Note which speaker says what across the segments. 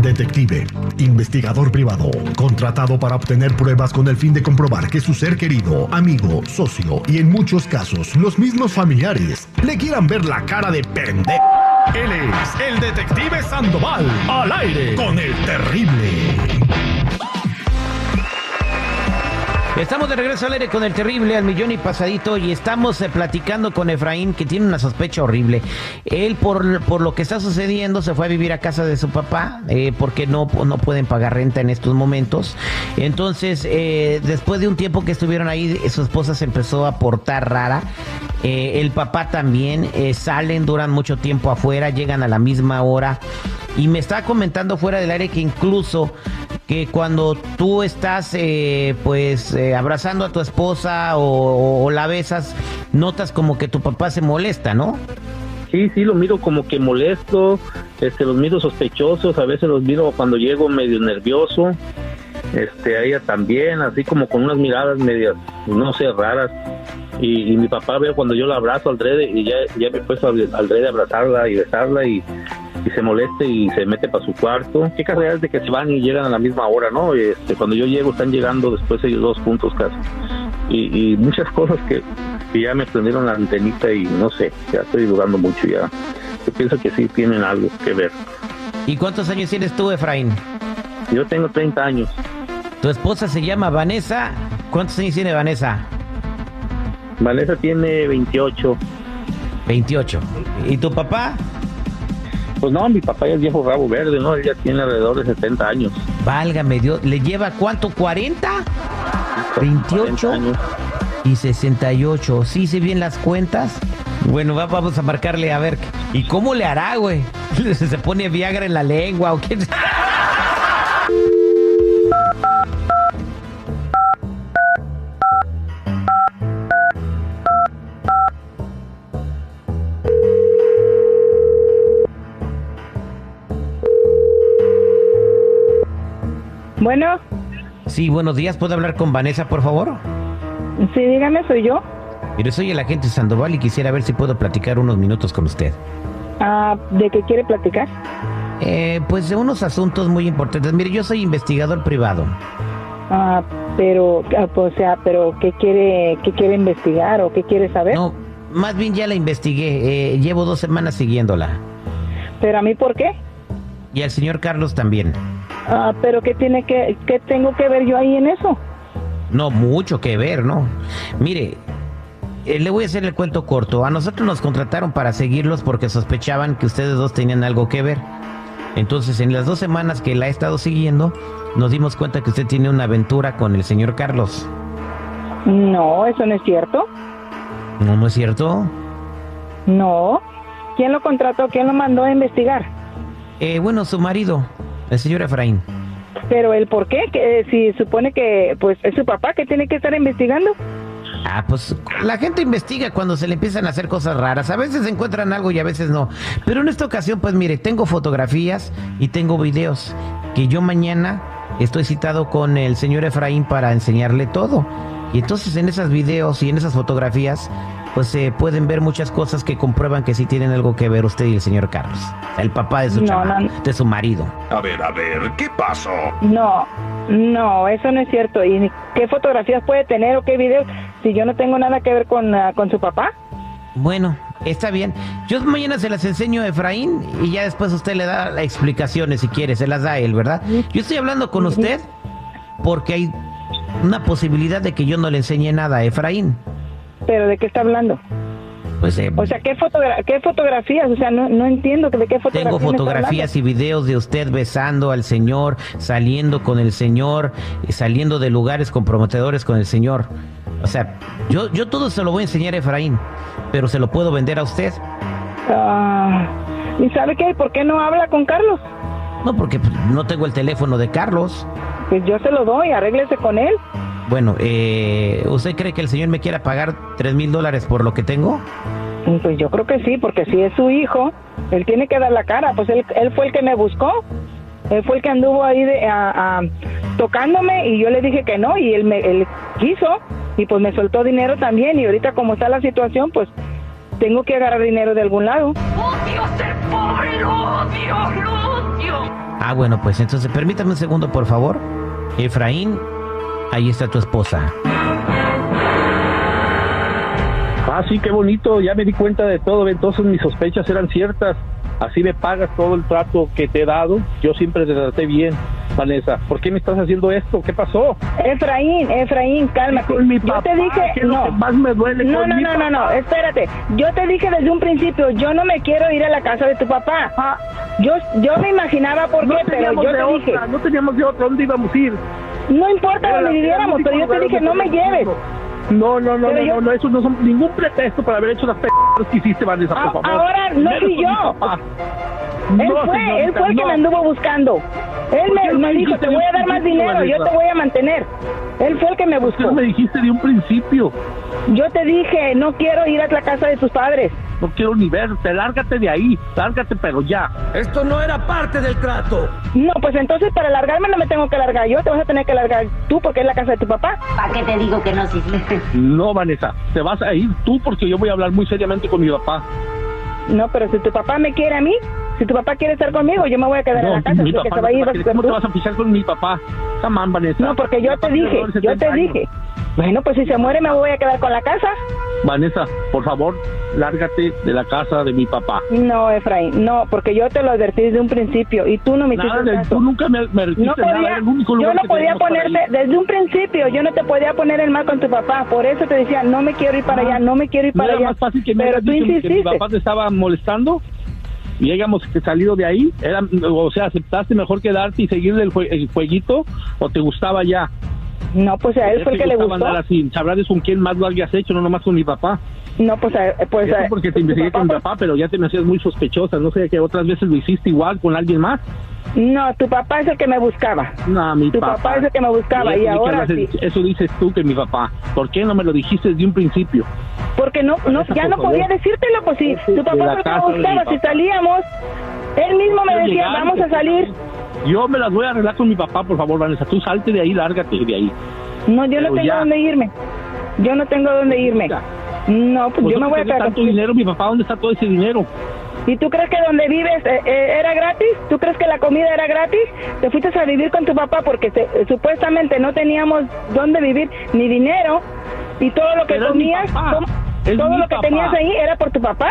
Speaker 1: Detective, investigador privado, contratado para obtener pruebas con el fin de comprobar que su ser querido, amigo, socio y en muchos casos los mismos familiares le quieran ver la cara de pendejo. Él es el detective Sandoval, al aire con el terrible.
Speaker 2: Estamos de regreso al aire con el terrible al millón y pasadito y estamos eh, platicando con Efraín que tiene una sospecha horrible. Él por, por lo que está sucediendo se fue a vivir a casa de su papá eh, porque no, no pueden pagar renta en estos momentos. Entonces, eh, después de un tiempo que estuvieron ahí, su esposa se empezó a portar rara. Eh, el papá también eh, salen, duran mucho tiempo afuera, llegan a la misma hora. Y me estaba comentando fuera del aire que incluso que cuando tú estás eh, pues eh, abrazando a tu esposa o, o- o la besas, notas como que tu papá se molesta, ¿no?
Speaker 3: Sí, sí, los miro como que molesto, este, los miro sospechosos, a veces los miro cuando llego medio nervioso, este, a ella también, así como con unas miradas medias, no sé, raras. Y, y mi papá veo cuando yo la abrazo al drede y ya, ya me he puesto al, al drede a abrazarla y besarla y, y se moleste y se mete para su cuarto. Qué carreras de que se van y llegan a la misma hora, ¿no? Este, cuando yo llego están llegando después ellos dos juntos casi. Y, y muchas cosas que, que ya me prendieron la antenita y no sé, ya estoy dudando mucho ya. Yo pienso que sí tienen algo que ver.
Speaker 2: ¿Y cuántos años tienes tú, Efraín?
Speaker 3: Yo tengo 30 años,
Speaker 2: Tu esposa se llama Vanessa. ¿Cuántos años tiene Vanessa?
Speaker 3: Vanessa tiene 28.
Speaker 2: 28. ¿Y tu papá?
Speaker 3: Pues no, mi papá ya es viejo rabo verde, ¿no? Él ya tiene alrededor de 70 años.
Speaker 2: Válgame Dios, ¿le lleva cuánto? ¿40? 28.
Speaker 3: 40 años.
Speaker 2: y 68. ¿Sí hice bien las cuentas? Bueno, va- vamos a marcarle a ver. ¿Y cómo le hará, güey? ¿Se pone Viagra en la lengua o qué?
Speaker 4: Bueno,
Speaker 2: Sí, buenos días. ¿Puedo hablar con Vanessa, por favor?
Speaker 4: sí, dígame, soy yo.
Speaker 2: Mire, soy el agente Sandoval y quisiera ver si puedo platicar unos minutos con usted.
Speaker 4: Ah, ¿De qué quiere platicar?
Speaker 2: Eh, pues de unos asuntos muy importantes. Mire, yo soy investigador privado.
Speaker 4: Ah, pero, ah, o sea, pero ¿qué quiere, qué quiere investigar o qué quiere saber?
Speaker 2: No, más bien ya la investigué. eh, llevo dos semanas siguiéndola.
Speaker 4: Pero a mí, ¿por qué?
Speaker 2: Y al señor Carlos también.
Speaker 4: Ah, pero ¿qué tiene que, qué tengo que ver yo ahí en eso?
Speaker 2: No, mucho que ver, ¿no? Mire, eh, le voy a hacer el cuento corto. A nosotros nos contrataron para seguirlos porque sospechaban que ustedes dos tenían algo que ver. Entonces, en las dos semanas que la he estado siguiendo, nos dimos cuenta que usted tiene una aventura con el señor Carlos.
Speaker 4: No, eso no es cierto.
Speaker 2: ¿No, no es cierto?
Speaker 4: No. ¿Quién lo contrató? ¿Quién lo mandó a investigar?
Speaker 2: Eh, bueno, su marido, el señor Efraín.
Speaker 4: Pero el por qué, que, eh, si supone que pues es su papá que tiene que estar investigando.
Speaker 2: Ah, pues la gente investiga cuando se le empiezan a hacer cosas raras. A veces encuentran algo y a veces no. Pero en esta ocasión, pues mire, tengo fotografías y tengo videos que yo mañana estoy citado con el señor Efraín para enseñarle todo. Y entonces en esos videos y en esas fotografías, pues se pueden ver muchas cosas que comprueban que sí tienen algo que ver usted y el señor Carlos, el papá de su
Speaker 4: No,
Speaker 2: chamaco,
Speaker 4: no.
Speaker 2: de su marido.
Speaker 5: A ver, a ver, ¿qué pasó?
Speaker 4: No, no, eso no es cierto. ¿Y ni- qué fotografías puede tener o qué videos si yo no tengo nada que ver con, ah, con su papá?
Speaker 2: Bueno, está bien. Yo mañana se las enseño a Efraín y ya después usted le da las explicaciones si quiere, se las da él, ¿verdad? Yo estoy hablando con usted porque hay una posibilidad de que yo no le enseñe nada a Efraín.
Speaker 4: ¿Pero de qué está hablando?
Speaker 2: Pues eh,
Speaker 4: O sea, ¿qué, fotogra qué fotografías? O sea, no, no entiendo que de qué fotografías.
Speaker 2: tengo
Speaker 4: me está
Speaker 2: fotografías y videos de usted besando al Señor, saliendo con el Señor, eh, saliendo de lugares comprometedores con el Señor. O sea, yo, yo todo se lo voy a enseñar a Efraín, pero se lo puedo vender a usted.
Speaker 4: hablando. Ah, ¿Y sabe qué? ¿Por qué no habla con Carlos?
Speaker 2: No, porque pues, no tengo el teléfono de Carlos.
Speaker 4: Pues yo se lo doy, arréglese con él.
Speaker 2: Bueno, eh, ¿usted cree que el señor me quiera pagar tres mil dólares por lo que tengo?
Speaker 4: Mm, Pues yo creo que sí, porque si es su hijo, él tiene que dar la cara. Pues él, él fue el que me buscó. Él fue el que anduvo ahí de, a- a- tocándome y yo le dije que no y él, me, él quiso y pues me soltó dinero también y ahorita como está la situación, pues tengo que agarrar dinero de algún lado.
Speaker 6: Odio ser pobre, lo odio, lo odio.
Speaker 2: Ah, bueno, pues entonces permítame un segundo, por favor. Efraín, ahí está tu esposa.
Speaker 3: Ah, sí, qué bonito, ya me di cuenta de todo, entonces mis sospechas eran ciertas. Así me pagas todo el trato que te he dado. Yo siempre te traté bien, Vanessa. ¿Por qué me estás haciendo esto? ¿Qué pasó?
Speaker 4: Efraín, Efraín, cálmate.
Speaker 3: Con mi
Speaker 4: yo
Speaker 3: papá,
Speaker 4: te dije,
Speaker 3: que es lo
Speaker 4: no.
Speaker 3: que más me duele.
Speaker 4: No,
Speaker 3: con
Speaker 4: no,
Speaker 3: mi
Speaker 4: no, no, no,
Speaker 3: papá.
Speaker 4: espérate. Yo te dije desde un principio, yo no me quiero ir a la casa de tu papá.
Speaker 3: Ah,
Speaker 4: Yo, yo me imaginaba por
Speaker 3: no
Speaker 4: qué, pero
Speaker 3: teníamos
Speaker 4: yo
Speaker 3: de
Speaker 4: te
Speaker 3: otra,
Speaker 4: dije,
Speaker 3: no teníamos de otra, ¿dónde íbamos a ir?
Speaker 4: no importa
Speaker 3: Era la-
Speaker 4: donde
Speaker 3: era el
Speaker 4: viviéramos,
Speaker 3: único
Speaker 4: pero yo te
Speaker 3: lugar
Speaker 4: dije,
Speaker 3: donde
Speaker 4: no me
Speaker 3: podíamos
Speaker 4: lleves.
Speaker 3: irnos. No, no, no,
Speaker 4: Pero
Speaker 3: no,
Speaker 4: yo-
Speaker 3: no, no, eso no son ningún pretexto para haber hecho las p*** que hiciste, Vanessa,
Speaker 4: Ah,
Speaker 3: por favor.
Speaker 4: ahora no
Speaker 3: Menos
Speaker 4: fui
Speaker 3: con
Speaker 4: yo.
Speaker 3: mi papá.
Speaker 4: Él
Speaker 3: No,
Speaker 4: fue, él
Speaker 3: señorita,
Speaker 4: fue el que
Speaker 3: no.
Speaker 4: me anduvo buscando. Él
Speaker 3: ¿Por qué
Speaker 4: me,
Speaker 3: no
Speaker 4: me
Speaker 3: me
Speaker 4: dijo,
Speaker 3: dijiste
Speaker 4: te voy a dar
Speaker 3: desde un
Speaker 4: más
Speaker 3: principio,
Speaker 4: dinero, yo
Speaker 3: Vanessa?
Speaker 4: te voy a mantener. Él fue el que
Speaker 3: ¿Por
Speaker 4: me
Speaker 3: qué
Speaker 4: buscó.
Speaker 3: no me dijiste de un principio?
Speaker 4: Yo te dije, no quiero ir a la casa de tus padres.
Speaker 3: No quiero ni verte, lárgate de ahí, lárgate, pero ya.
Speaker 6: Esto no era parte del trato.
Speaker 4: No, pues entonces para largarme no me tengo que largar yo, te vas a tener que largar tú porque es la casa de tu papá.
Speaker 7: ¿Para qué te digo que no, sí?
Speaker 3: No, Vanessa, te vas a ir tú porque yo voy a hablar muy seriamente con mi papá.
Speaker 4: No, pero si tu papá me quiere a mí, si tu papá quiere estar conmigo, yo me voy a quedar en
Speaker 3: No,
Speaker 4: la casa.
Speaker 3: mi
Speaker 4: así que
Speaker 3: papá
Speaker 4: se
Speaker 3: no
Speaker 4: va a
Speaker 3: te
Speaker 4: ir,
Speaker 3: va a
Speaker 4: vas a
Speaker 3: querer.
Speaker 4: ser
Speaker 3: ¿Cómo
Speaker 4: tú.
Speaker 3: te vas a fijar con mi papá? Come on, Vanessa.
Speaker 4: No, porque
Speaker 3: Mi
Speaker 4: yo
Speaker 3: papá
Speaker 4: te
Speaker 3: tiene
Speaker 4: dije,
Speaker 3: alrededor de
Speaker 4: yo te
Speaker 3: 70 años.
Speaker 4: dije. Bueno, pues si se muere me voy a quedar con la casa.
Speaker 3: Vanessa, por favor, lárgate de la casa de mi papá.
Speaker 4: No, Efraín, no, porque yo te lo advertí desde un principio y tú no me
Speaker 3: Nada
Speaker 4: hiciste
Speaker 3: de,
Speaker 4: caso.
Speaker 3: tú nunca me, me dijiste
Speaker 4: No
Speaker 3: nada,
Speaker 4: podía,
Speaker 3: era el único
Speaker 4: yo
Speaker 3: lugar
Speaker 4: no
Speaker 3: que
Speaker 4: podía
Speaker 3: teníamos para ir.
Speaker 4: ponerte, desde un principio yo no te podía poner el mal con tu papá, por eso te decía, no me quiero ir para
Speaker 3: Ah,
Speaker 4: allá, no me quiero ir
Speaker 3: ¿No
Speaker 4: para
Speaker 3: era
Speaker 4: allá,
Speaker 3: más fácil que me
Speaker 4: pero
Speaker 3: hubieras
Speaker 4: tú
Speaker 3: dicho que mi
Speaker 4: insististe,
Speaker 3: papá te estaba molestando y hayamos que salido de ahí? Era, o sea, ¿aceptaste mejor quedarte y seguirle el, jue- el jueguito o te gustaba ya?
Speaker 4: no, pues a él fue el que le
Speaker 3: gustaba
Speaker 4: gustó,
Speaker 3: andar así. Sabrás con quién más lo hayas hecho, no nomás con mi papá.
Speaker 4: no, pues a, pues
Speaker 3: Eso
Speaker 4: a-
Speaker 3: porque te
Speaker 4: tu
Speaker 3: investigué con mi
Speaker 4: fue-
Speaker 3: papá, pero ya te me hacías muy sospechosa. No sé que otras veces lo hiciste igual con alguien más.
Speaker 4: No, tu papá es el que me buscaba.
Speaker 3: No, mi
Speaker 4: Tu
Speaker 3: papá.
Speaker 4: papá es el que me buscaba,
Speaker 3: Eso
Speaker 4: y
Speaker 3: ni que
Speaker 4: ahora
Speaker 3: hablas,
Speaker 4: sí.
Speaker 3: Eso dices tú que mi papá. ¿Por qué no me lo dijiste desde un principio?
Speaker 4: Porque no, no ya
Speaker 3: por
Speaker 4: no
Speaker 3: favor.
Speaker 4: podía decírtelo, pues si
Speaker 3: Ese
Speaker 4: tu
Speaker 3: de
Speaker 4: papá
Speaker 3: la
Speaker 4: fue el que me
Speaker 3: casa de mi
Speaker 4: buscaba, si
Speaker 3: papá.
Speaker 4: salíamos, él mismo me
Speaker 3: Quiero
Speaker 4: decía,
Speaker 3: llegar,
Speaker 4: vamos a
Speaker 3: porque-
Speaker 4: salir.
Speaker 3: Yo me las voy a arreglar con mi papá, por favor, Vanessa. Tú salte de ahí, lárgate de ahí.
Speaker 4: No, yo no
Speaker 3: Pero
Speaker 4: tengo
Speaker 3: ya. Pues
Speaker 4: dónde irme. Yo no tengo dónde irme.
Speaker 3: Ya.
Speaker 4: No, pues yo me voy a quedar
Speaker 3: tanto
Speaker 4: contigo.
Speaker 3: dinero, mi papá, ¿dónde está todo ese dinero?
Speaker 4: ¿Y tú crees que donde vives eh, eh, era gratis? ¿Tú crees que la comida era gratis? Te fuiste a vivir con tu papá porque te- eh, supuestamente no teníamos dónde vivir ni dinero y todo lo que
Speaker 3: Pero es mi
Speaker 4: comías,
Speaker 3: papá.
Speaker 4: todo,
Speaker 3: Es
Speaker 4: todo
Speaker 3: mi
Speaker 4: lo que
Speaker 3: papá.
Speaker 4: tenías ahí era por tu papá.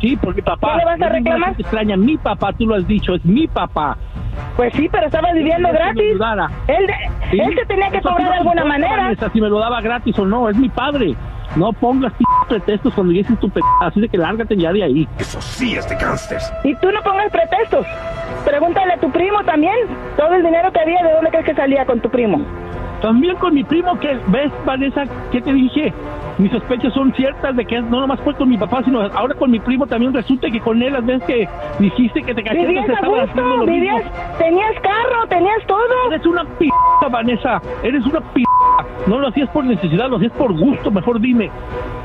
Speaker 3: Sí, por mi papá.
Speaker 4: ¿Qué le vas a
Speaker 3: No es ninguna
Speaker 4: reclamar?
Speaker 3: gente extraña, mi papá, tú lo has dicho, es mi papá.
Speaker 4: Pues sí, pero estabas viviendo
Speaker 3: que me
Speaker 4: gratis.
Speaker 3: ayudara.
Speaker 4: Él, de-
Speaker 3: ¿sí?
Speaker 4: él te tenía que
Speaker 3: Eso
Speaker 4: cobrar
Speaker 3: sí
Speaker 4: de
Speaker 3: no
Speaker 4: alguna
Speaker 3: importa,
Speaker 4: manera.
Speaker 3: Vanessa, si me lo daba gratis o no, es mi padre. No pongas p- pretextos cuando dices tu p... Así de que lárgate ya de ahí.
Speaker 5: Eso sí es de gángsters.
Speaker 4: Y tú no pongas pretextos. Pregúntale a tu primo también. Todo el dinero que había, ¿de dónde crees que salía con tu primo?
Speaker 3: También con mi primo, que ves, Vanessa, ¿qué te dije? Mis sospechas son ciertas de que no nomás fue con mi papá, sino ahora con mi primo también resulta que con él las veces que dijiste que te cachaste
Speaker 4: Vivías a
Speaker 3: estabas haciendo
Speaker 4: gusto,
Speaker 3: lo mismo.
Speaker 4: vivías, tenías carro, tenías todo.
Speaker 3: Eres una p***, Vanessa, eres una p***. No lo hacías por necesidad, lo hacías por gusto, mejor dime.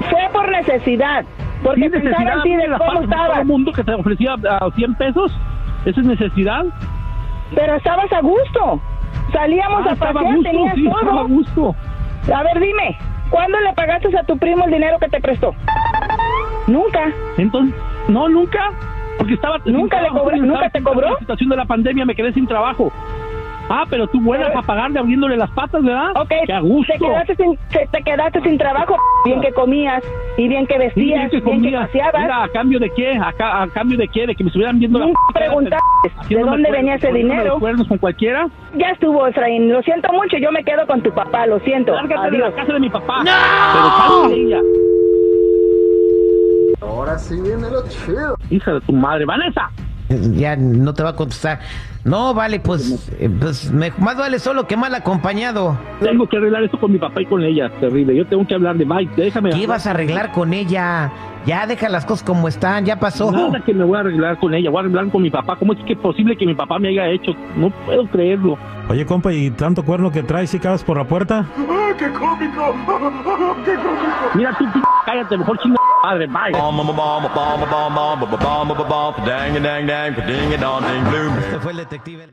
Speaker 4: Fue por necesidad. Porque
Speaker 3: ¿Tienes
Speaker 4: pensaba
Speaker 3: necesidad
Speaker 4: en ti
Speaker 3: de
Speaker 4: de
Speaker 3: la
Speaker 4: cómo
Speaker 3: paz de todo
Speaker 4: estabas.
Speaker 3: el mundo que te ofrecía a 100 pesos? ¿Esa es necesidad?
Speaker 4: Pero estabas a gusto. Salíamos
Speaker 3: Ah,
Speaker 4: a
Speaker 3: estaba
Speaker 4: pasear,
Speaker 3: a gusto,
Speaker 4: tenías
Speaker 3: sí, estaba a
Speaker 4: todo.
Speaker 3: gusto.
Speaker 4: A ver, dime, ¿cuándo le pagaste a tu primo el dinero que te prestó? Nunca.
Speaker 3: Entonces, no, nunca, porque estaba...
Speaker 4: Nunca le
Speaker 3: estaba
Speaker 4: cobró-
Speaker 3: sin
Speaker 4: nunca
Speaker 3: trabajo,
Speaker 4: te
Speaker 3: estaba
Speaker 4: cobró.
Speaker 3: En la situación de la pandemia me quedé sin trabajo. Ah, pero tú buena
Speaker 4: Pero-
Speaker 3: para pagarle abriéndole las patas, ¿verdad?
Speaker 4: Ok,
Speaker 3: Que a gusto.
Speaker 4: Te, quedaste sin, te, te quedaste sin trabajo. Bien que comías, y bien que
Speaker 3: Sí, bien
Speaker 4: vestías,
Speaker 3: que
Speaker 4: bien que
Speaker 3: comías.
Speaker 4: paseabas.
Speaker 3: Mira, ¿a cambio de qué? ¿A, ca- a cambio de qué? ¿De que me estuvieran viendo la
Speaker 4: Nunca
Speaker 3: p- cara,
Speaker 4: preguntaste
Speaker 3: haciéndome
Speaker 4: de dónde
Speaker 3: cuernos,
Speaker 4: venía ese
Speaker 3: poniéndome
Speaker 4: dinero.
Speaker 3: los cuernos con cualquiera?
Speaker 4: Ya estuvo, Efraín. Lo siento mucho, yo me quedo con tu papá, lo siento.
Speaker 3: Lárgate de
Speaker 4: Adiós.
Speaker 3: la casa de mi papá. Pero sal de ella.
Speaker 8: Ahora sí viene lo chido.
Speaker 3: Hija de tu madre, Vanessa.
Speaker 2: Ya no te va a contestar. No, vale, pues, eh, pues me- más vale solo que mal acompañado.
Speaker 3: Tengo que arreglar esto con mi papá y con ella. Terrible. Yo tengo que hablar de Mike. Déjame.
Speaker 2: ¿Qué vas a arreglar con ella? Ya deja las cosas como están, ya pasó.
Speaker 3: Nada que me voy a arreglar con ella. Voy a arreglar con mi papá. ¿Cómo es que es posible que mi papá me haya hecho? No puedo creerlo.
Speaker 9: Oye, compa, ¿y tanto cuerno que traes si cabes por la puerta?
Speaker 3: Mira tú, p- cállate. Mejor chinga a tu madre. Bye.
Speaker 2: Este fue el detective.